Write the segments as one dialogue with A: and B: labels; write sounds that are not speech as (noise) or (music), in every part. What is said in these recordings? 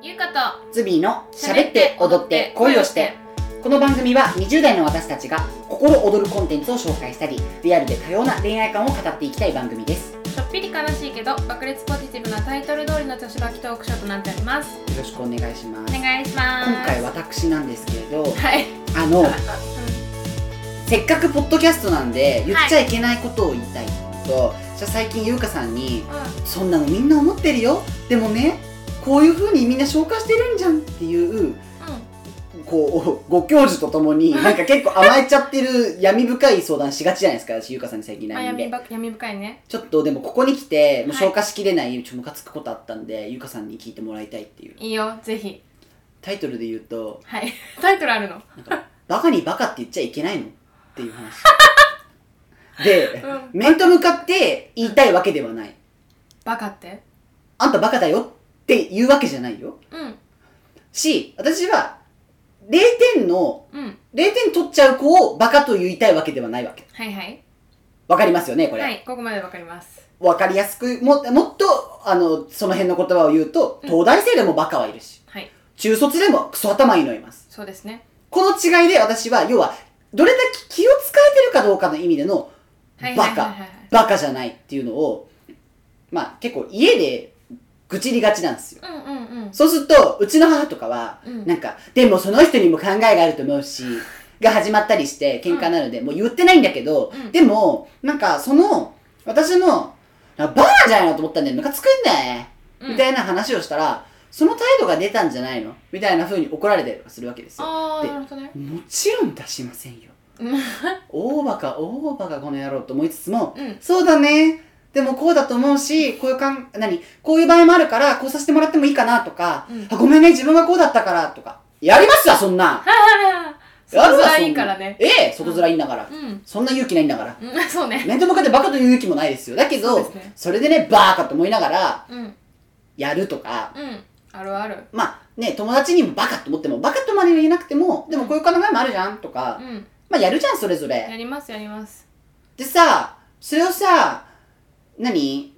A: ゆうかと
B: ズビーの喋って踊って恋をしてこの番組は20代の私たちが心躍るコンテンツを紹介したりリアルで多様な恋愛観を語っていきたい番組です
A: ちょっぴり悲しいけど爆裂ポジティブなタイトル通りの女子バキトークショーとなっております
B: よろしくお願いしま
A: お
B: す
A: 願いします
B: 今回私なんですけれど
A: はい、
B: あのせっかくポッドキャストなんで言っちゃいけないことを言いたいと、じゃあ最近優香さんに「そんなのみんな思ってるよでもねこういう風にみんな消化してるんじゃん」っていうこう、ご教授と
A: (laughs)
B: ともに、なんか結構甘えちゃってる闇深い相談しがちじゃないですか、私、ゆうかさんに最近
A: うん、うん、あ
B: LINE
A: 闇
B: で。
A: ば闇深いね
B: ちょっとでもここに来て、もう
A: はい
B: 消化しきれない、ちょっとムカつくことあったんで、ゆうかさんに聞いてもらいたいっていう。
A: いいよぜひ
B: タイトルで言うと、
A: (laughs) はいタイトルあるの
B: なんか、バカにバカって言っちゃいけないのってい
A: (laughs)
B: う話。で、
A: うん
B: 面と向かって言いたいわけではない。
A: バカって
B: あんたバカだよって言うわけじゃないよ。
A: うん
B: し、私は、0点の、
A: うん
B: 0点取っちゃう子をバカと言いたいわけではないわけ。
A: はいはい
B: わかりますよね、これ。
A: はいここまでわかります
B: わかりやすくももっとあのその辺の言葉を言うと
A: うん
B: 東大生でもバカはいるし
A: はい
B: 中卒でもクソ頭いいのいます
A: そうですね
B: この違いで私は要はどれだけ気を使えてるかどうかの意味での
A: はい
B: バ
A: はいはい
B: カ
A: はいはい
B: バカじゃないっていうのをまあ結構家で愚痴りがちなんですよ
A: うんうんうん
B: そうするとうちの母とかは
A: うん
B: なんかでもその人にも考えがあると思うしが始まったりして喧嘩なので、もう言ってないんだけど、
A: うん
B: でもなんかその私のあバカじゃないのと思ったんだよムカつくんだよね
A: うん
B: みたいな話をしたら、その態度が出たんじゃないのみたいな風に怒られたりとかするわけですよ。
A: ああ
B: で
A: なるほどね
B: もちろん出しませんよ。
A: うんうん
B: 大バカ、大バカこの野郎と思いつつも、
A: (laughs)
B: そうだね。でもこうだと思うし、こういうかん、何こういう場合もあるから、こうさせてもらってもいいかなとか、
A: うん
B: あごめんね、自分がこうだったからとか。やりますわ、そんな
A: そこがいいからね
B: ええ、外面いいんだから。
A: うん
B: そんな勇気ないんだから。
A: うん (laughs) そうね
B: 面と向かってバカという勇気もないですよ。だけ
A: そう
B: ど、
A: で
B: そ
A: すね
B: れでね、バーカと思いながら、
A: うん
B: やるとか、
A: うんあるある
B: まあね、友達にもバカと思っても、バカとまでは言えなくても、でもこういう考えもあるじゃんとか、
A: うん
B: まあやるじゃん、それぞ
A: や
B: れ。
A: りますやります
B: でさ、それをさ、何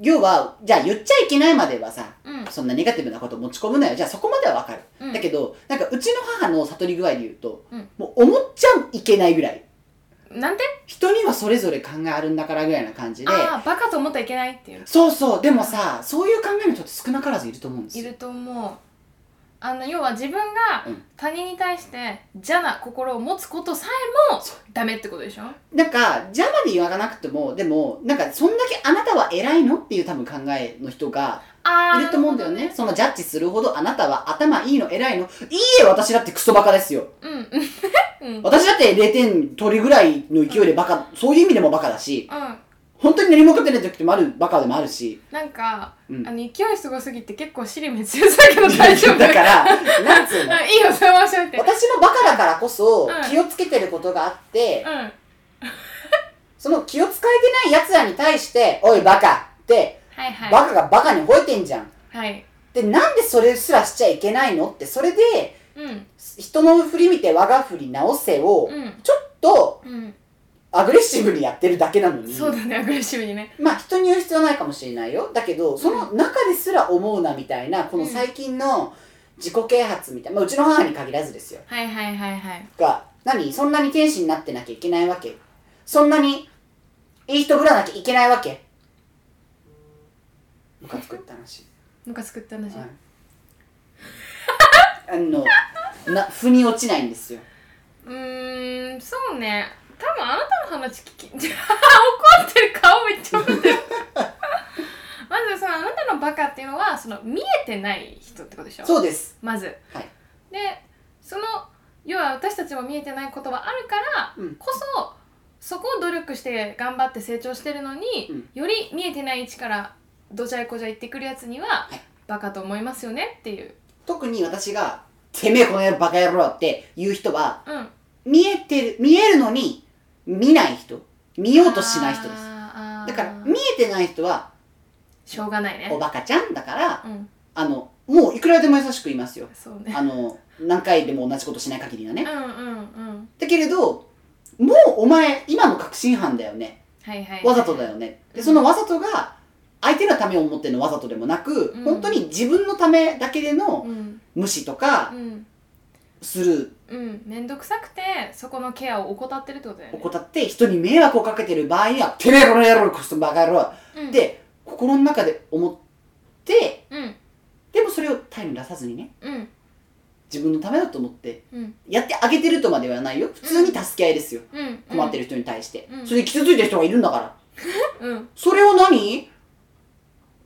B: 要は、じゃあ言っちゃいけないまではさ、
A: うん
B: そんなネガティブなこと持ち込むなよ。じゃあそこまではわかる。
A: うん
B: だけど、なんかうちの母の悟り具合で言うと、
A: うん
B: もう思っちゃいけないぐらい。
A: なんて
B: 人にはそれぞれ考えあるんだからぐらいな感じで、
A: ああバカと思ったらいけないっていう
B: そうそう、でもさ、そういう考えの人って少なからずいると思うんです
A: い
B: よ。
A: ると思うあの要は自分が
B: うん
A: 他人に対して邪な心を持つことさえも
B: そう
A: ダメってことでしょ
B: なんか邪魔で言わなくてもでもなんかそんだけあなたは偉いのっていう多分考えの人が
A: ああ
B: いると思うんだよねそのジャッジするほどあなたは頭いいの偉いのいいえ私だってクソバカですよ
A: うん (laughs) うんうん
B: 私だって0点取りぐらいの勢いでバカそういう意味でもバカだし
A: うん
B: 本当に何もかってない時もあるバカでもあるし、
A: なんか
B: うん
A: あの勢いすごすぎて結構尻滅裂だけど大丈夫
B: だからなんつうの
A: (laughs) うんいいよそれはしといて
B: 私もバカだからこ
A: う
B: そ
A: ん
B: 気をつけてることがあって、
A: うん
B: その気を使えてない奴らに対して「おいバカ!」って、
A: はいは
B: バカがバカに吠えてんじゃん
A: いはい
B: でなんでそれすらしちゃいけないのってそれで
A: うん
B: 人の振り見て我が振り直せを
A: うん
B: ちょっと
A: うん
B: アグレッシブにやってるだけなのに
A: そうだねアグレッシブにね
B: まあ人に言う必要はないかもしれないよだけどその中ですら思うなみたいなこの最近の自己啓発みたいな、まあ、うちの母に限らずですよ
A: はいはいはいはい
B: が何そんなに天使になってなきゃいけないわけそんなにいい人ぶらなきゃいけないわけムカつくって話
A: ムカつくって話
B: はい (laughs) あの、な、腑に落ちないんですよ。
A: うーんそうね多分あなたの話聞き (laughs) 怒ってる顔めっちゃ怒ってる (laughs) まずそのあなたのバカっていうのはその見えてない人ってことでしょ
B: そうです。
A: まず、
B: はい
A: でその要は私たちも見えてないことはあるから
B: うん。
A: こそそこを努力して頑張って成長してるのに、
B: うん
A: より見えてない位置からどちゃいこちゃ言ってくるやつには、
B: い
A: バカと思いますよねっていう
B: 特に私が、てめえこの野郎バカ野郎って言う人は、
A: うん
B: 見えてる、見えるのに、見ない人。見ようとしない人です。
A: あーあー
B: だから、見えてない人は、
A: しょうがない
B: お
A: ね
B: バカちゃんだから、
A: うん
B: あの、もういくらでも優しく言いますよ。
A: そうね
B: あの、何回でも同じことしない限りはね。
A: うんうんうん
B: だけれど、もうお前、今の確信犯だよね。
A: はいはい
B: わざとだよね。で、そのわざとが、相手のためを思ってるのわざとでもなく、
A: うん
B: 本当に自分のためだけでの
A: うん
B: 無視とか
A: うん
B: する、
A: うん面倒くさくてそこのケアを怠ってるってことだよね
B: 怠って人に迷惑をかけてる場合には「てめえこの野郎こそバカ野郎」
A: うん
B: って心の中で思って
A: うん
B: でもそれをタイム出さずにね
A: うん
B: 自分のためだと思って
A: うん
B: やってあげてるとまではないよ普通に助け合いですよ
A: うん
B: 困ってる人に対して、
A: うん
B: それで傷ついてる人がいるんだから
A: うん
B: それを何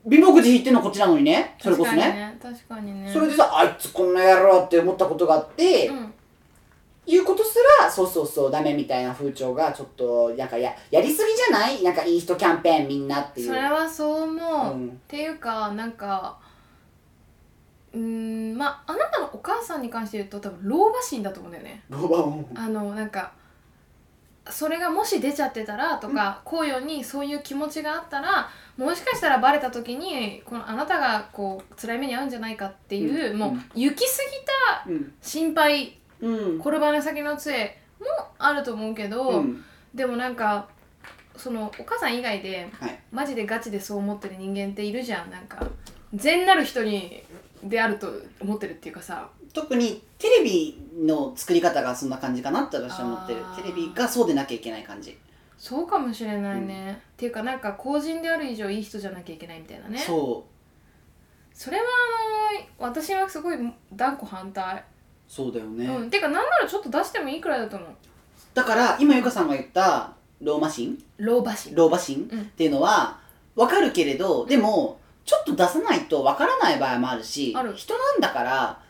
B: 貧乏くじ引いてんのこっちなのにねそれこそね
A: 確かにね確かにね
B: それでさあいつこんな野郎って思ったことがあって、
A: うん
B: 言うことすらそうそうそうダメみたいな風潮がちょっとなんかややりすぎじゃないなんかいい人キャンペーンみんなっていう
A: それはそう思う、っ
B: うん
A: ていうかなんかうーんまああなたのお母さんに関して言うと多分老婆心だと思うんだよね
B: ロバン
A: あのなんかそれがもし出ちゃってたらとかこうよにそういう気持ちがあったらもしかしたらバレた時にこのあなたがこう辛い目に遭うんじゃないかっていう、
B: うん
A: もう
B: うん
A: 行き過ぎた
B: うん
A: 心配
B: うん
A: 転ばぬ先の杖もあると思うけど、
B: うん
A: でもなんかそのお母さん以外で、
B: はい
A: マジでガチでそう思ってる人間っているじゃんなんか善なる人にであると思ってるっていうかさ
B: 特にテレビの作り方がそんな感じかなって私は思ってる
A: あー
B: テレビがそうでなきゃいけない感じ、
A: そうかもしれないね、っていうかなんか公人である以上いい人じゃなきゃいけないみたいなねそ
B: そう
A: れはあのー私はすごい断固反対、
B: そうだよね、
A: うんてかなんならちょっと出してもいいくらいだと思う
B: だから今ゆかさんが言ったローマ神
A: 老婆心
B: 老婆心
A: うん
B: っていうのは分かるけれどでもちょっと出さないと分からない場合もあるし
A: ある
B: 人なんだから、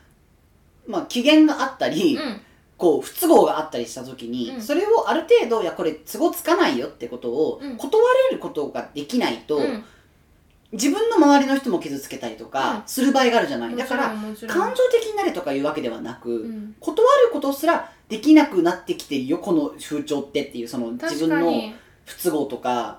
B: まあ、機嫌があったり、
A: うん
B: こう不都合があったりした時に、
A: うん
B: それをある程度いやこれ都合つかないよってことを
A: うん
B: 断れることができないと、
A: うん
B: 自分の周りの人も傷つけたりとか
A: うん
B: する場合があるじゃない、
A: も
B: だ
A: ち
B: か
A: ろ
B: ら
A: んもちろん
B: 感情的になれとかいうわけではなく、
A: うん
B: 断ることすらできなくなってきてるよこの風潮ってっていうその自
A: 確
B: 分
A: か
B: の
A: に
B: 不都合とか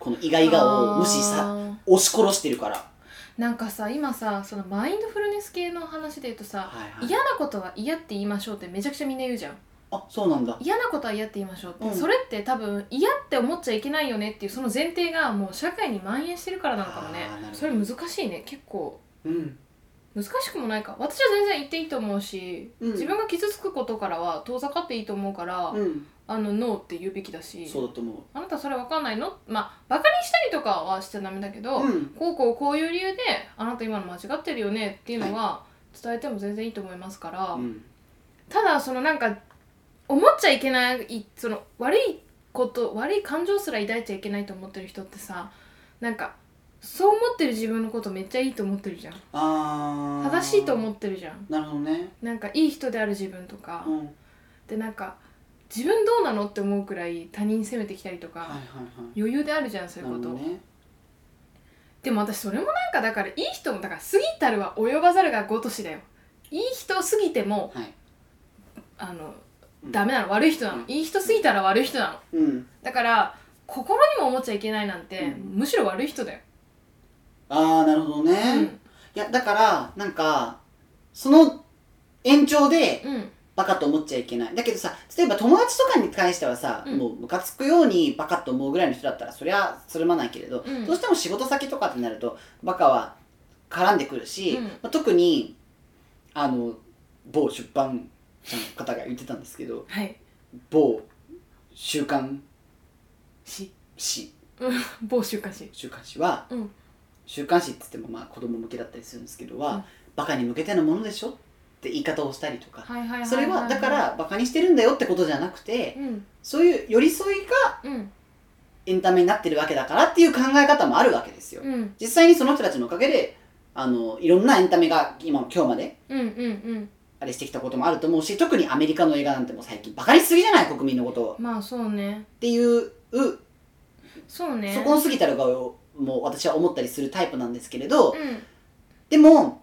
B: このイガイガを無視さ
A: あー
B: 押し殺してるから
A: なんかさ今さそのマインドフルネス系の話で言うとさ、
B: はいはい
A: 嫌なことは嫌って言いましょうってめちゃくちゃみんな言うじゃん
B: あそうなんだ
A: 嫌なことは嫌って言いましょうって、
B: うん
A: それって多分嫌って思っちゃいけないよねっていうその前提がもう社会に蔓延してるからなのかもね
B: あーなるほど
A: それ難しいね結構
B: うん
A: 難しくもないか私は全然言っていいと思うし、
B: うん
A: 自分が傷つくことからは遠ざかっていいと思うから、
B: うん
A: あのノーって言うべきだし
B: そうだと思
A: あなたそれ分かんないのまあバカにしたりとかはしちゃダメだけど、
B: ううん
A: こうこうこういう理由であなた今の間違ってるよねっていうのは伝えても全然いいと思いますから、
B: うん
A: ただそのなんか思っちゃいけないその悪いこと悪い感情すら抱いちゃいけないと思ってる人ってさなんかそう思ってる自分のことめっちゃいいと思ってるじゃん
B: あー
A: 正しいと思ってるじゃん
B: なるほどね
A: なんかいい人である自分とか、
B: うんはい
A: でなんか自分どうなのって思うくらい他人責めてきたりとか、
B: はいはい
A: 余裕であるじゃんそういう
B: なる
A: こ
B: ほ
A: と、
B: どね
A: でも私それもなんかだからいい人もだから過ぎたるは及ばざるが如しだよいい人過ぎても
B: はい
A: あの
B: うん
A: ダメなの悪い人なの、
B: うん
A: いい人過ぎたら悪い人なの
B: うん
A: だから心にも思っちゃいけないなんて、
B: うん
A: むしろ悪い人だよ、
B: ああなるほどね、
A: うん
B: いやだからなんかその延長で
A: うん
B: バカと思っちゃいけないだけどさ例えば友達とかに関してはさ、
A: うん
B: もうムカつくようにバカと思うぐらいの人だったらそりゃつるまないけれど、
A: うん
B: どうしても仕事先とかってなるとバカは絡んでくるし、
A: うん
B: まあ特にあの某出版社の方が言ってたんですけど
A: はい
B: 某週刊
A: し
B: 誌
A: 某週刊誌
B: 週刊誌は、
A: うん
B: 週刊誌って言ってもまあ子供向けだったりするんですけどは、
A: うん
B: バカに向けてのものでしょって言い方をしたりとか、
A: はいはいはいいい
B: それはだからバカにしてるんだよってことじゃなくて、
A: うん
B: そういう寄り添いが
A: うん
B: エンタメになってるわけだからっていう考え方もあるわけですよ。
A: うんうん
B: 実際にその人たちのおかげで、あの、いろんなエンタメが今、今日まで、
A: うんうん
B: あれしてきたこともあると思うし、特にアメリカの映画なんてもう最近、バカにしすぎじゃない国民のことを。
A: まあそうね
B: っていう、
A: そうね
B: そこの過ぎたる側を、もう私は思ったりするタイプなんですけれど、
A: う
B: でも、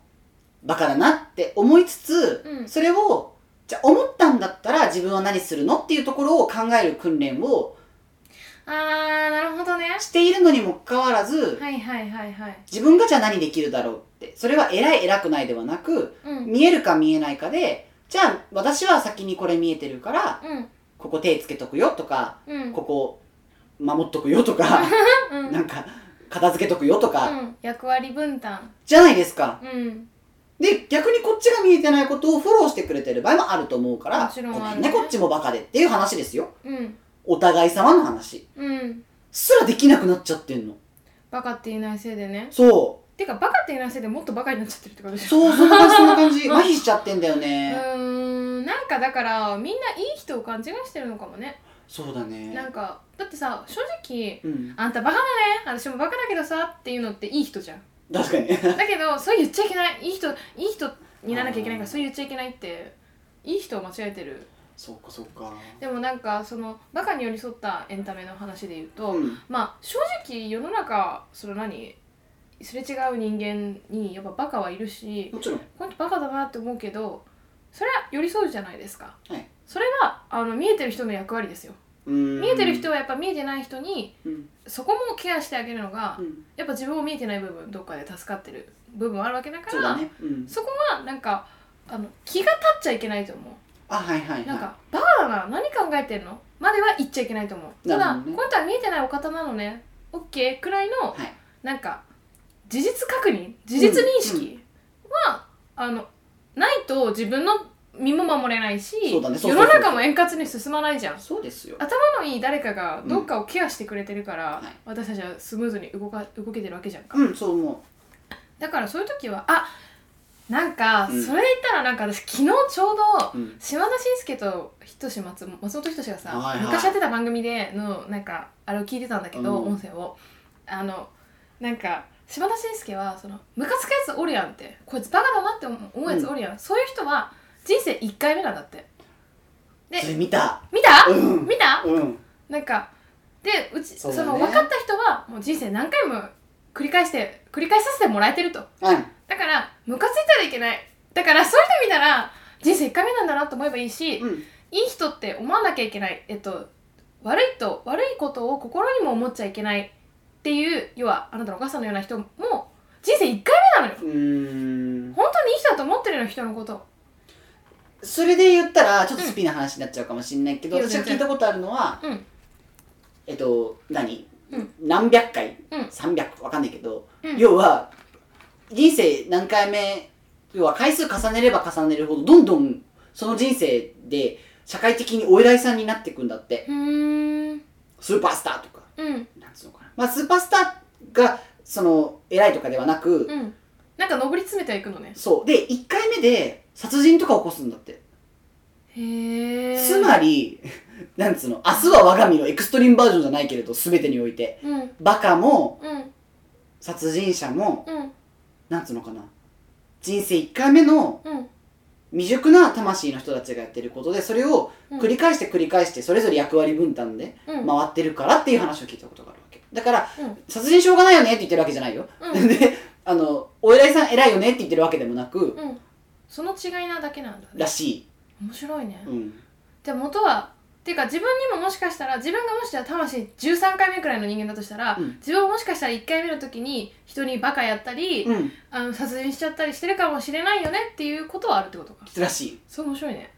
B: バカだなって思いつつ、
A: うん
B: それを、じゃあ思ったんだったら自分は何するのっていうところを考える訓練を
A: んあーなるほどね
B: しているのにもかかわらず、
A: はいはいはいはい
B: 自分がじゃあ何できるだろうってそれは偉い偉くないではなく
A: うんうん
B: 見えるか見えないかでじゃあ私は先にこれ見えてるからここ手つけとくよとか
A: うん
B: ここ守っとくよとか
A: うん
B: (laughs) なんか片付けとくよとか、
A: うん、役割分担
B: じゃないですか。
A: うん
B: で、逆にこっちが見えてないことをフォローしてくれてる場合もあると思うから、
A: もちろんある
B: ご
A: ね
B: めんね、こっちもバカでっていう話ですよ。
A: うん
B: お互い様の話。
A: うん
B: すらできなくなっちゃってんの。
A: バカっていないせいでね
B: そ
A: てかバカっていないせいでもっとバカになっちゃってるってこと
B: う。
A: でしょ
B: そう、そんな感じ、そんな感
A: (laughs) う
B: じ。
A: ん
B: 麻痺しちゃってんだよ
A: う
B: ね。
A: ーんなんかだからみんないい人を勘違いしてるのかもね
B: そうだね。
A: なんかだってさ正直
B: うん。
A: あんたバカだね私もバカだけどさっていうのっていい人
B: (laughs)
A: じゃん
B: 確かに。
A: だけどそう言っちゃいけないいい人いい人にならなきゃいけないからそう言っちゃいけないっていい人を間違えてる
B: そうか、そうか。
A: でもなんかそのバカに寄り添ったエンタメの話で言うと、
B: うん。
A: まあ正直世の中その何すれ違う人間にやっぱバカはいるし
B: もちろん。
A: 本当バカだなって思うけどそれは寄り添うじゃないですか、
B: はい
A: それはあの見えてる人の役割ですよ、
B: うん
A: 見えてる人はやっぱ見えてない人に
B: うん。
A: そこもケアしてあげるのが、
B: うん。
A: やっぱ自分を見えてない部分どっかで助かってる部分はあるわけだから
B: そうだね。うん。
A: そこはなんかあの気が立っちゃいけないと思う
B: あ、はいはいはい。
A: なんか「バカだな何考えてんの?」までは言っちゃいけないと思うた
B: な
A: だ、
B: るほどね
A: この人は見えてないお方なのねオッケーくらいの、
B: はい
A: なんか事実確認事実認識は、あのないと自分の身も守れないし、
B: そうだねそう
A: 世
B: そうそう
A: の中も円滑に進まないじゃん
B: そうですよ。
A: 頭のいい誰かがどっかをケアしてくれてるから、
B: うんはい
A: 私たちはスムーズに動か動けてるわけじゃんか、
B: うん、そう思
A: だからそういう時はあなんか、
B: うん
A: それ言ったらなんか私昨日ちょうど
B: う。うん。
A: 島田紳介と人志松松本人志がさ、
B: はいはい
A: 昔やってた番組でのなんかあれを聞いてたんだけど、
B: うん
A: 音声をあのなんか島田紳介はそのムカつくやつおるやんってこいつバカだなって思うやつおるやん、そういう人は人生1回目なんだってで
B: それ見た。
A: 見た、
B: うん
A: 見た
B: うん。なん
A: なんかでうち
B: そ
A: そ,、
B: うだね
A: の分かった人はもう人生何回も繰り返して繰り返させてもらえてるとだからムカついたらいけないだからそういう人見たら人生1回目なんだなと思えばいいし、
B: うん。
A: いい人って思わなきゃいけないえっと悪いと悪いことを心にも思っちゃいけないっていう要はあなたのお母さんのような人も人生1回目なのよ
B: うーん。
A: 本当にいい人だと思ってるような人のこと
B: それで言ったら、ちょっとスピな話になっちゃうかもしれないけど、
A: うんいいよ
B: 私が聞いたことあるのは、
A: うん
B: えっと、何、
A: うん
B: 何百回、
A: うん
B: 三百わかんないけど、
A: うん
B: 要は、人生何回目、要は回数重ねれば重ねるほど、どんどんその人生で社会的にお偉いさんになっていくんだって。
A: うーん
B: スーパースターとか、
A: うん
B: なんつうのかな。まあ、スーパースターが、その、偉いとかではなく、
A: うんなんか上り詰めてはいくのね
B: そう。で、1回目で殺人とか起こすんだって。
A: へえ
B: つまり、 (laughs) なんつうの、明日は我が身のエクストリームバージョンじゃないけれど、全てにおいて。
A: うん
B: バカも、
A: うん
B: 殺人者も、
A: うん
B: なんつうのかな。人生1回目の
A: うん
B: 未熟な魂の人たちがやってることで、それを
A: うん
B: 繰り返して繰り返して、それぞれ役割分担で
A: うん
B: 回ってるからっていう話を聞いたことがあるわけ。だから、
A: うん
B: 殺人しょうがないよねって言ってるわけじゃないよ。
A: うん
B: で、あの、お偉いさん偉いよねって言ってるわけでもなく、
A: うんその違いなだけなんだね
B: らしい。
A: 面白いね、
B: うん。
A: じゃあ元はっていうか自分にももしかしたら自分がもしじゃあ魂13回目くらいの人間だとしたら、
B: うん
A: 自分ももしかしたら1回目の時に人にバカやったり、
B: うん。
A: あの殺人しちゃったりしてるかもしれないよねっていうことはあるってことか
B: らしい。
A: そう面白いね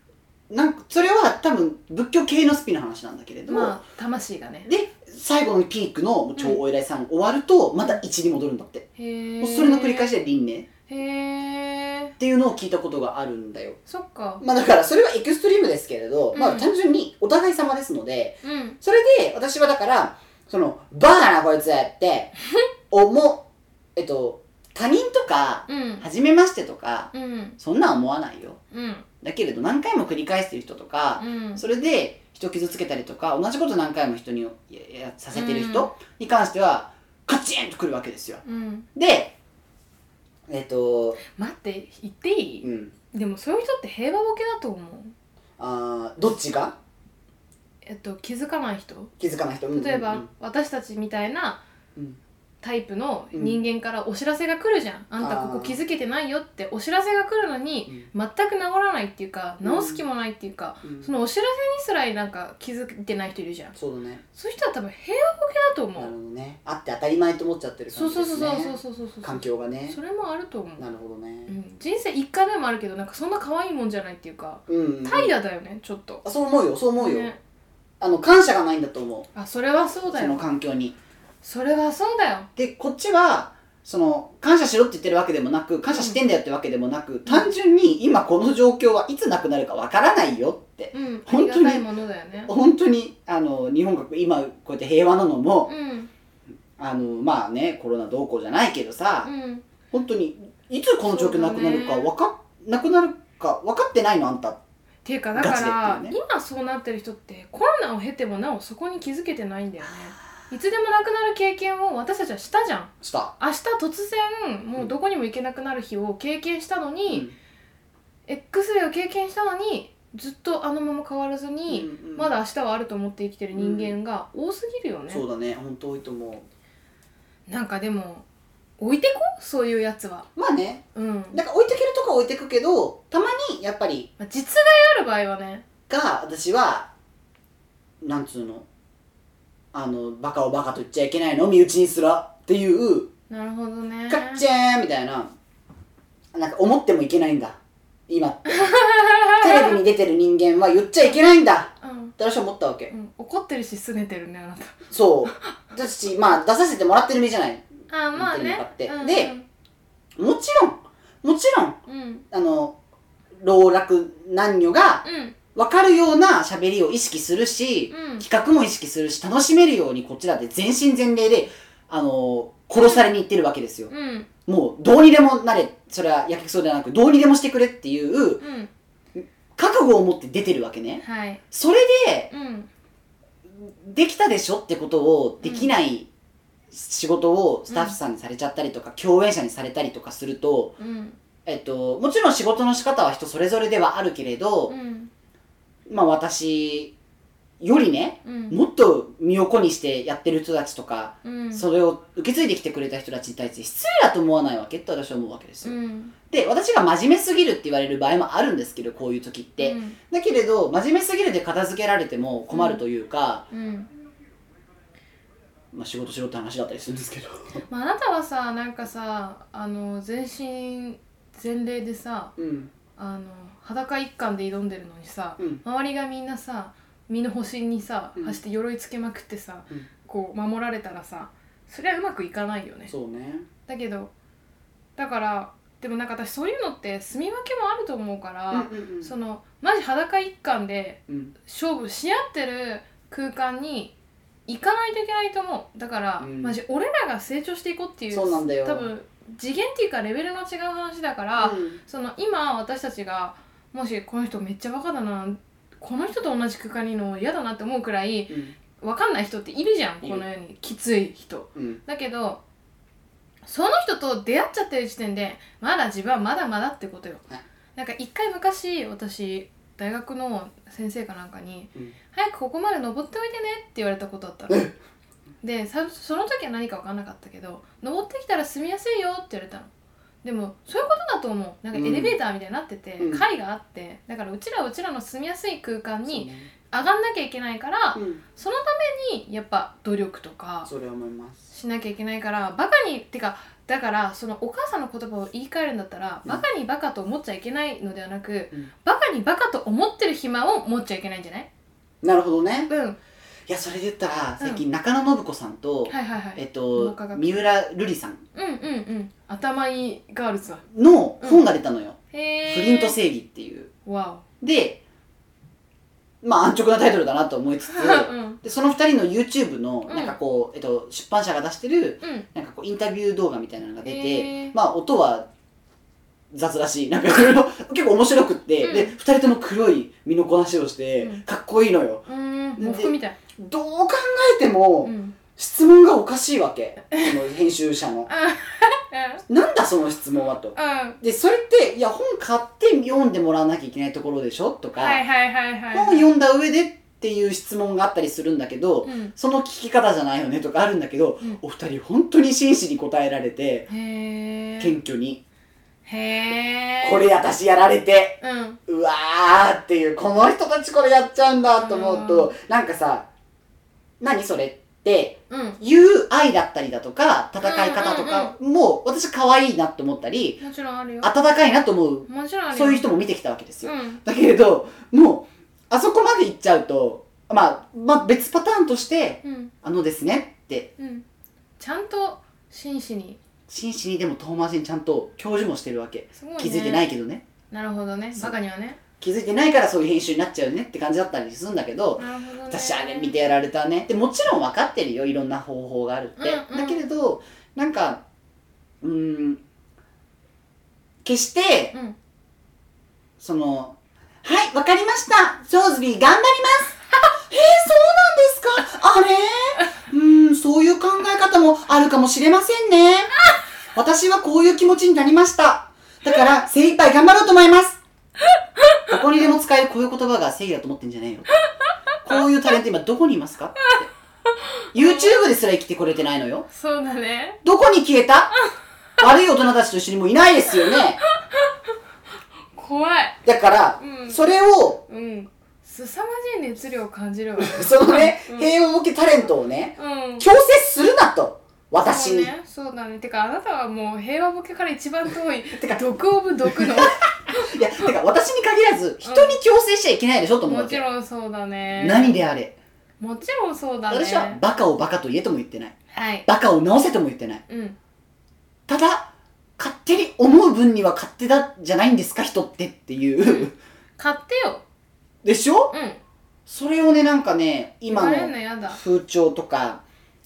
B: なんかそれは多分仏教系のスピの話なんだけれども、
A: まあ魂がね
B: で最後のピークの超お偉いさん終わるとまた1に戻るんだって、
A: へ
B: も
A: え
B: うそれの繰り返しで輪廻っ
A: へえ
B: ていうのを聞いたことがあるんだよ
A: そっか
B: まあだからそれはエクストリームですけれど、
A: うん
B: まあ単純にお互い様ですので
A: うん
B: それで私はだからそのバカなこいつやって (laughs) 思うえっと他人とか
A: うん
B: 初めましてとか
A: うん
B: そんなん思わないよ
A: うん
B: だけれど何回も繰り返してる人とか、
A: うん
B: それで人を傷つけたりとか同じこと何回も人にややさせてる人に関してはカチンとくるわけですよ
A: うん
B: でえっ、と
A: 待って言っていい、
B: うん
A: でもそういう人って平和ボケだと思う
B: あーどっちが
A: えっと気づかない人
B: 気づかない人
A: 例えば、
B: うん
A: 私たちみたいな
B: うん
A: タイプの人間からお知らせが来るじゃん、あんた
B: あー
A: ここ気づけてないよってお知らせが来るのに全く治らないっていうか
B: うん
A: 治す気もないっていうか、
B: うんうん
A: そのお知らせにすらなんか気づいてない人いるじゃん
B: そうだね
A: そういう人は多分平和ボケだと
B: な
A: 思
B: るほ
A: う、
B: どねあって当たり前と思っちゃってる
A: そ
B: 感
A: う
B: じ
A: そ
B: で
A: うそう
B: すね
A: そうそうそうそうそう
B: 環境がね
A: それもあると思う、
B: なるほど
A: う
B: ね
A: ん、人生1回目もあるけどなんかそんな可愛いもんじゃないっていうか
B: うん、うんうん、
A: 怠惰だよねちょっと
B: あそう思うよそう思うよ、
A: ね
B: あの感謝がないんだと思う
A: あそれはそうだ
B: その
A: よ
B: 環境に
A: それはそうだよ
B: でこっちはその感謝しろって言ってるわけでもなく感謝してんだよってわけでもなく、単純に今この状況はいつなくなるかわからないよって
A: うんあり
B: 本
A: が
B: 当に
A: たいものだよね
B: 本当にあの日本が今こうやって平和なのも
A: うん
B: あのまあねコロナどうこうじゃないけどさ
A: うん
B: 本当にいつこの状況なくなるかわかなくなるか分かってないのあんた
A: ていうかだから、
B: ガチでってい
A: 今そうなってる人ってコロナを経てもなおそこに気づけてないんだよねいつでもなくなる経験を私たちはしたじゃん
B: した。
A: 明日突然もうどこにも行けなくなる日を経験したの
B: う
A: に、
B: ん
A: X デーを経験したのにずっとあのまま変わらずに、
B: うんうん
A: まだ明日はあると思って生きてる人間が多すぎるよね、
B: そうだね本当多いと思
A: なんかでも置いてこそういうやつは
B: うまあね
A: うん、
B: だから置いてけるとこは置いてくけどたまにやっぱり
A: まあ、実害ある場合はね
B: が私はなんつうのあのバカをバカと言っちゃいけないの身内にすらっていう
A: なるほどね
B: カッチェーンみたいななんか思ってもいけないんだ今ってテレビに出てる人間は言っちゃいけないんだ
A: うん、
B: って私は思ったわけ
A: うん、怒ってるし拗ねてるねあなた
B: そうだしまあ出させてもらってる身じゃない
A: あーまあ
B: 見て
A: ね
B: なかった
A: うん
B: でもちろんもちろん
A: うんうん
B: あの老若男女が
A: うん
B: 分かるような喋りを意識するし、
A: うん
B: 企画も意識するし楽しめるようにこちらで全身全霊で、あの殺されに行ってるわけですよ、
A: うん
B: もうどうにでもなれそれはやけくそではなくどうにでもしてくれっていう
A: うん
B: 覚悟を持って出てるわけね
A: はい
B: それで
A: うん
B: できたでしょってことをできない仕事をスタッフさんにされちゃったりとか、共演者にされたりとかすると、
A: うん
B: えっと、もちろん仕事の仕方は人それぞれではあるけれど、
A: うん
B: まあ私よりね
A: うん
B: もっと身を粉にしてやってる人たちとか、
A: うん
B: それを受け継いできてくれた人たちに対して失礼だと思わないわけって私は思うわけです
A: う
B: よ、
A: ん
B: で私が真面目すぎるって言われる場合もあるんですけどこういう時って、
A: うん
B: だけれど真面目すぎるで片付けられても困るというか、
A: うん
B: まあ、仕事しろって話だったりするんですけど
A: まあ、あなたはさなんかさあの全身全霊でさ
B: うん
A: あの裸一貫で挑んでるのにさ、
B: うん
A: 周りがみんなさ身の保身にさ、
B: うん
A: 走って鎧つけまくってさ、
B: うん
A: こう守られたらさそりゃうまくいかないよね
B: そうね
A: だけどだからでもなんか私そういうのって住み分けもあると思うから、
B: うんうんうん
A: そのマジ裸一貫で
B: うん
A: 勝負し合ってる空間に行かないといけないと思うだから、
B: うん
A: マジ俺らが成長していこうっていう
B: そうなんだよ
A: 多分次元っていうかレベルの違う話だから、
B: うん
A: その今私たちがもしこの人めっちゃバカだなこの人と同じ空間にいるの嫌だなって思うくらい分かんない人っているじゃん
B: い
A: こ
B: る
A: の世にきつい人
B: うん
A: だけどその人と出会っちゃってる時点でまだ自分はまだまだってことよ、
B: はい
A: なんか一回昔私大学の先生かなんかに
B: うん
A: 「早くここまで登っておいてね」って言われたことあったのでさその時は何か分かんなかったけど「登ってきたら住みやすいよ」って言われたのでもそういうことだと思うなんかエレベーターみたいになってて、
B: うん
A: 階があってだからうちらはうちらの住みやすい空間
B: そう
A: に
B: ね
A: 上がんなきゃいけないから、
B: うん
A: そのためにやっぱ努力とか
B: それは思います
A: しなきゃいけないからバカにってかだからそのお母さんの言葉を言い換えるんだったら、
B: うん
A: バカにバカと思っちゃいけないのではなく、
B: うん
A: バカにバカと思ってる暇を持っちゃいけないんじゃない
B: なるほどね
A: うんはい
B: いやそれで言ったら最近中野信子さんと、
A: はいは
B: え
A: い
B: っと
A: 脳科学
B: 三浦瑠璃さん
A: うんうんうん頭いいガールズは
B: の本が出たのよ、
A: へえ
B: 不倫と正義っていう
A: わ
B: でまあ安直なタイトルだなと思
A: (laughs)
B: いつつ
A: おうん
B: でその2人の YouTube の
A: うん
B: なんかこう、えっと、出版社が出してる
A: うん
B: なんかこうインタビュー動画みたいなのが出て、
A: へー
B: まあ音は雑らしいなんかいろいろ結構面白くって、
A: うん
B: で2人とも黒い身のこなしをして、
A: うん
B: かっこいいのよ
A: うーん、喪服みたい。
B: どう考えて
A: う
B: (laughs) も
A: ん。
B: 質問がおかしいわけその編集者の
A: う
B: なんだその質問はと
A: ん。は
B: でそれっていや本買って読んでもらわなきゃいけないところでしょと
A: い
B: か、
A: はいはいはい。
B: 本読んだ上でっていう質問があったりするんだけど、
A: うん。
B: その聞き方じゃないよねとかあるんだけど、
A: うん
B: お二人本当に真摯に答えられて、
A: へー
B: 謙虚に、
A: へー
B: こ。れ私やられて
A: うん。
B: うわーっていうこの人たちこれやっちゃうんだと思うと、なんかさ何それって
A: うん。
B: いう愛だったりだとか戦い方とかも、私可愛いなと思ったり
A: もちろんあるよ。
B: 温かいなと思う
A: もちろんあるよ。
B: そういう人も見てきたわけですよ。
A: うん。
B: だけれどもうあそこまで行っちゃうと、まあ、まあ別パターンとして
A: うん。
B: 「あのですね」って
A: うん。ちゃんと真摯に
B: 真摯にでも遠回しにちゃんと教授もしてるわけ
A: すごい、ね、
B: 気づいてないけどね
A: なるほどね
B: そう
A: バカにはね
B: 気づいてないからそういう編集になっちゃうねって感じだったりするんだけど
A: なるほどね
B: 私あれ見てやられたねでもちろん分かってるよいろんな方法があるって、
A: うんうん
B: だけれどなんかうーん決して
A: うん
B: その「はいわかりましたジョーズビー頑張ります」えー、そうなんですかあれうーんそういう考え方もあるかもしれませんね私はこういう気持ちになりましただから精一杯頑張ろうと思いますどこにでも使えるこういう言葉が正義だと思ってんじゃないよこういうタレント今どこにいますかって YouTube ですら生きてこれてないのよ
A: そうだね
B: どこに消えた悪い大人たちと一緒にもういないですよね
A: 怖い
B: だから、
A: うん
B: それを
A: うん凄まじい熱量を感じ
B: (laughs)
A: るわ
B: そのね、
A: うん
B: 平和ボケタレントをね、
A: うん
B: 強制するなと、私に。
A: そうねそうだねてかあなたはもう平和ボケから一番遠い
B: てか
A: 毒オブ毒の
B: いや、てか私に限らず、人に強制しちゃいけないでしょと思う
A: も
B: わ
A: ち
B: け。
A: ろんそうだね
B: 何であれ。
A: もちろんそうだね
B: 私は、バカをバカと言えとも言ってない。
A: はい
B: バカを直せとも言ってない。
A: うん
B: ただ、勝手に思う分には勝手だじゃないんですか、人ってっていうう。
A: 買ってよ
B: でしょ
A: うん
B: それをね、なんかね、今
A: 言われんの
B: の
A: やだ
B: 風潮とか、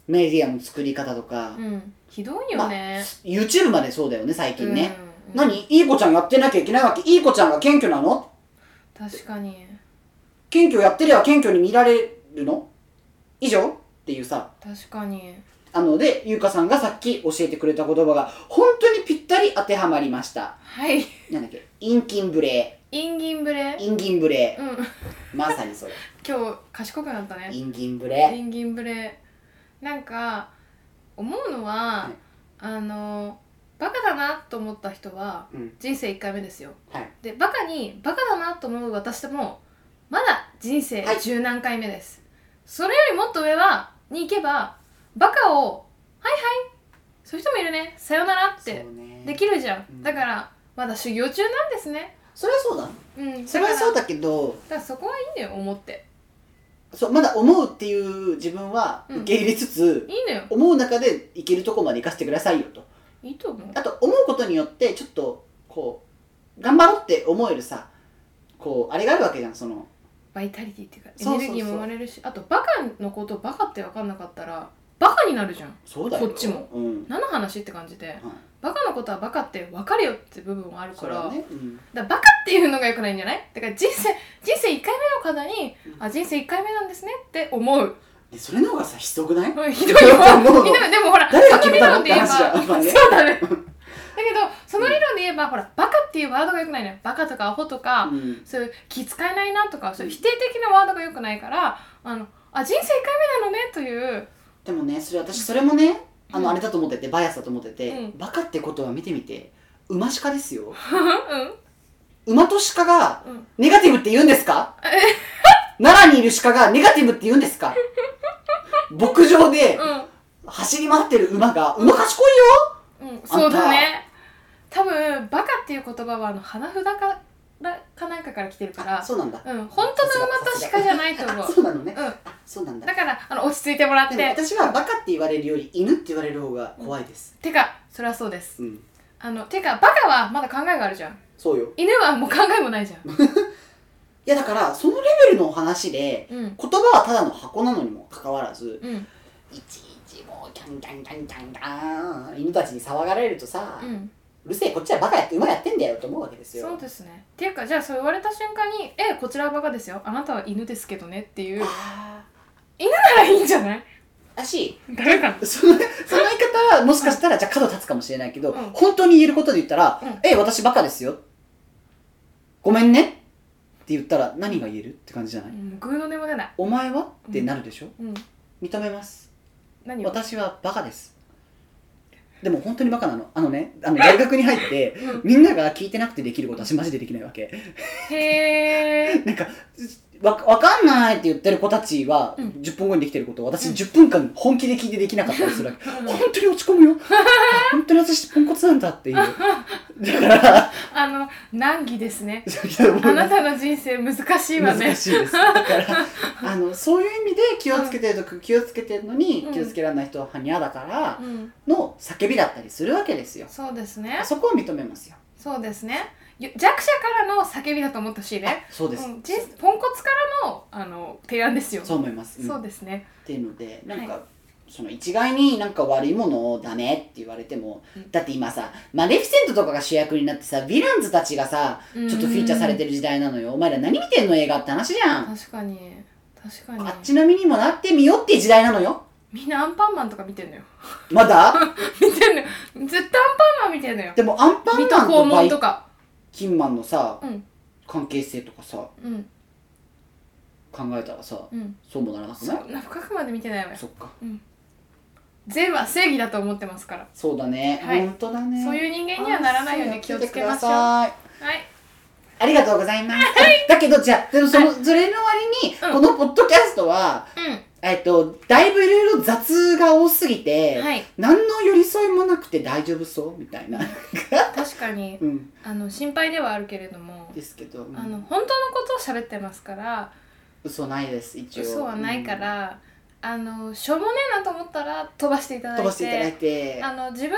B: メディアの作り方とか、
A: うんひどいよ
B: まあ
A: ね、
B: YouTube までそうだよね、最近ね。
A: うん
B: 何いい子ちゃんやってなきゃいけないわけいい子ちゃんが謙虚なの
A: 確かに
B: 謙虚やってりゃ謙虚に見られるの以上っていうさ
A: 確かに
B: あので優香さんがさっき教えてくれた言葉が本当にぴったり当てはまりました
A: はい
B: なんだっけ陰金無礼
A: インギンブレ
B: 陰金無礼
A: うん
B: まさにそ
A: (laughs)
B: れ
A: 今日賢くなったね
B: 陰金無礼
A: ペンギンブレなんか思うのは、
B: い
A: あのバカだなと思った人は
B: うん
A: 人生1回目ですよ
B: はい
A: でバカにバカだなと思う私でもまだ人生
B: はい
A: 十何回目です、それよりもっと上はに行けばバカを「はいはいそういう人もいるねさよなら」っ
B: そう
A: て
B: ね
A: できるじゃん、
B: うん
A: だからまだ修行中なんですね
B: それはそうだ
A: うん
B: それはそう
A: だか
B: だけど
A: らだからそこはいいんだよ思って
B: そうまだ思うっていう自分は
A: うん
B: 受け入れつつ、
A: いいのよ
B: 思う中でいけるとこまで行かせてくださいよと
A: いいと思う
B: あと思うことによってちょっとこう頑張ろうって思えるさこうあれがあるわけじゃんその
A: バイタリティっていうかエ
B: そうそ
A: ネ
B: うそ
A: ル
B: う
A: ギーも生まれるしあとバカのことバカって分かんなかったらバカになるじゃん
B: そうだよ
A: こっちも
B: うん、
A: 何の話って感じで
B: はい、
A: バカのことはバカって分かるよって部分もある
B: そ
A: か
B: れ
A: ら
B: はね、うん、
A: だからバカっていうのがよくないんじゃないだから人生人生1回目の方にあ人生1回目なんですねって思う
B: でそれの方がさひどくない
A: うんひど
B: (laughs)
A: いよ
B: 思う
A: ひどいでもほら
B: 誰が決めたの
A: そ理論で言えば
B: って話じゃんまあね
A: そうだねだけどその理論で言えばほらバカっていうワードがよくないのよバカとかアホとか、
B: うん、
A: そういう気使えないなとかそういう否定的なワードがよくないからあのあ人生1回目なのねという
B: でもねそれ私それもねあの
A: うん
B: あれだと思っててバイアスだと思ってて、
A: うん
B: バカってことは見てみて馬鹿ですよ
A: う
B: 馬と鹿が
A: んうん
B: ネガティブって言うんで
A: (laughs)
B: すか奈良にいる鹿がネガティブって言うんですか牧場で走り回ってる馬が馬賢
A: う
B: いよ
A: ん、うん、そうだね多分バカっていう言葉はあの花札からかなんかから来てるか
B: あ
A: ら
B: そうなんだ
A: うん本当の馬と鹿じゃないと思
B: あ
A: う
B: (laughs) そうなのね
A: うん
B: そうなんだ
A: だからあの落ち着いてもらっ
B: でも
A: て
B: 私はバカって言われるより犬って言われる方が怖いです、
A: てかそれはそうです
B: うん、
A: あのてかバカはまだ考えがあるじゃん
B: そうよ
A: 犬はもう考えもないじゃん
B: いやだからそのレベルの話で
A: うん
B: 言葉はただの箱なのにもかかわらず
A: うん
B: いちいちもうキャンキャンキャンキャンキャン犬たちに騒がれるとさ、
A: う
B: うんるせえこっちはバカやって馬やってんだよと思うわけですよ
A: そうですねっていうかじゃあそう言われた瞬間に「えこちらはバカですよあなたは犬ですけどね」っていう
B: あ
A: 犬ならいいんじゃない
B: ーだし
A: 誰かな
B: そのその言い方はもしかしたらじゃあ角立つかもしれないけど、
A: うん
B: 本当に言えることで言ったら「
A: うん
B: え私バカですよ」「ごめんね」って言ったら何が言えるって感じじゃない、
A: うんグーの音も出ない
B: お前はってなるでしょ、
A: うん
B: 認めます
A: 何を
B: 私はバカですでも本当にバカなのあのねあの大学に入ってみんなが聞いてなくてできることは私マジでできないわけ
A: へえ
B: なんかわわかんないって言ってる子たちは、
A: うん
B: 10分後にできてることを私
A: うん
B: 10分間本気で聞いてできなかったりするわけ、
A: うん
B: 本当に落ち込むよ本当に私ポンコツなんだっていうだから
A: あの難儀です
B: (laughs)
A: ね
B: そう
A: あなたの人生難しいわね
B: 難しいですだからあのそういう意味で気をつけてると気をつけてるのに
A: うん
B: 気をつけられない人ははにゃだから
A: うん
B: の叫びだったりするわけですよ
A: そうですね
B: そこを認めますよ
A: そうですねゆ弱者からの叫びだと思ってほしいね
B: そうです、
A: うん人生ポンコツからのあの提案ですよ
B: そう思います、うん
A: そう
B: っ
A: ですね
B: ていうのでなんか、
A: は
B: その一概になんか悪いものだねって言われても、
A: うん
B: だって今さマレフィセントとかが主役になってさヴィランズたちがさ
A: ち
B: ちょっとフィーチャーされてる時代なのよお前ら何見てんの映画って話じゃん
A: 確かに確かに
B: あっちの身にもなってみようっていう時代なのよ
A: みんなアンパンマンとか見てんのよ
B: まだ
A: 見てんのよ絶対アンパンマン見てんのよ
B: でもアンパン
A: 水戸
B: マン
A: 黄
B: とバ
A: 門
B: イ
A: とか
B: キンマンのさ、
A: うん
B: 関係性とかさ
A: うん
B: 考えたらさ
A: うん
B: そうもならなく
A: そ
B: ない
A: んな深くまで見てないわよ
B: そっか
A: 善は正義だと思ってますから、
B: そうだね、
A: はい
B: 本当だね
A: そういうう人間にはならないように気をつけましょうは
B: はい
A: い
B: ありがとうございます。だけど、じゃあ、でもその、それの割に、
A: うん
B: このポッドキャストは、
A: う
B: えっと、だいぶいろいろ雑が多すぎて、
A: んはい
B: 何の寄り添いもなくて大丈夫そうみたいな。
A: 確かに
B: うん。
A: あの心配ではあるけれども
B: ですけど、うん
A: あの本当のことを喋ってますから
B: 嘘ないです、一応。
A: 嘘はないから、あのしょうもねえなと思ったら飛ばしていた
B: うん。
A: だい
B: 飛
A: て
B: ばしていただいて。
A: あの自分の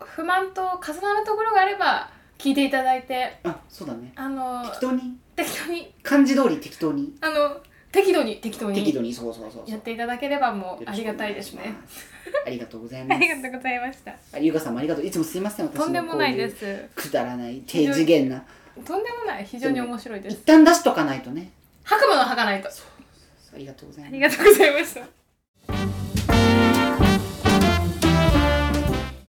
A: 不満と重なるところがあれば聞いていただいて
B: あ、そうだね。
A: あの
B: 適当に。
A: 適当に
B: 漢字通り適当に。
A: あの適度に適当
B: 適
A: に
B: 度に、そうそうそうそう。
A: やっていただければもう
B: よ
A: あ
B: ろ
A: り
B: しく
A: が
B: お
A: た
B: 願
A: い
B: し
A: ですね。
B: ます。ありがとうござい
A: あ
B: ます
A: りがとうございました。
B: あ。ゆうかさんもありがとう。いつもすいません、私
A: とんでもないで
B: こ
A: す。
B: ういうくだらない、低次元な。
A: とんでもない。非常に面白いで
B: 一
A: す。
B: 旦出しとかないとね。
A: 吐くものを吐かないと。
B: ありがとうございます
A: あり。がとうございました。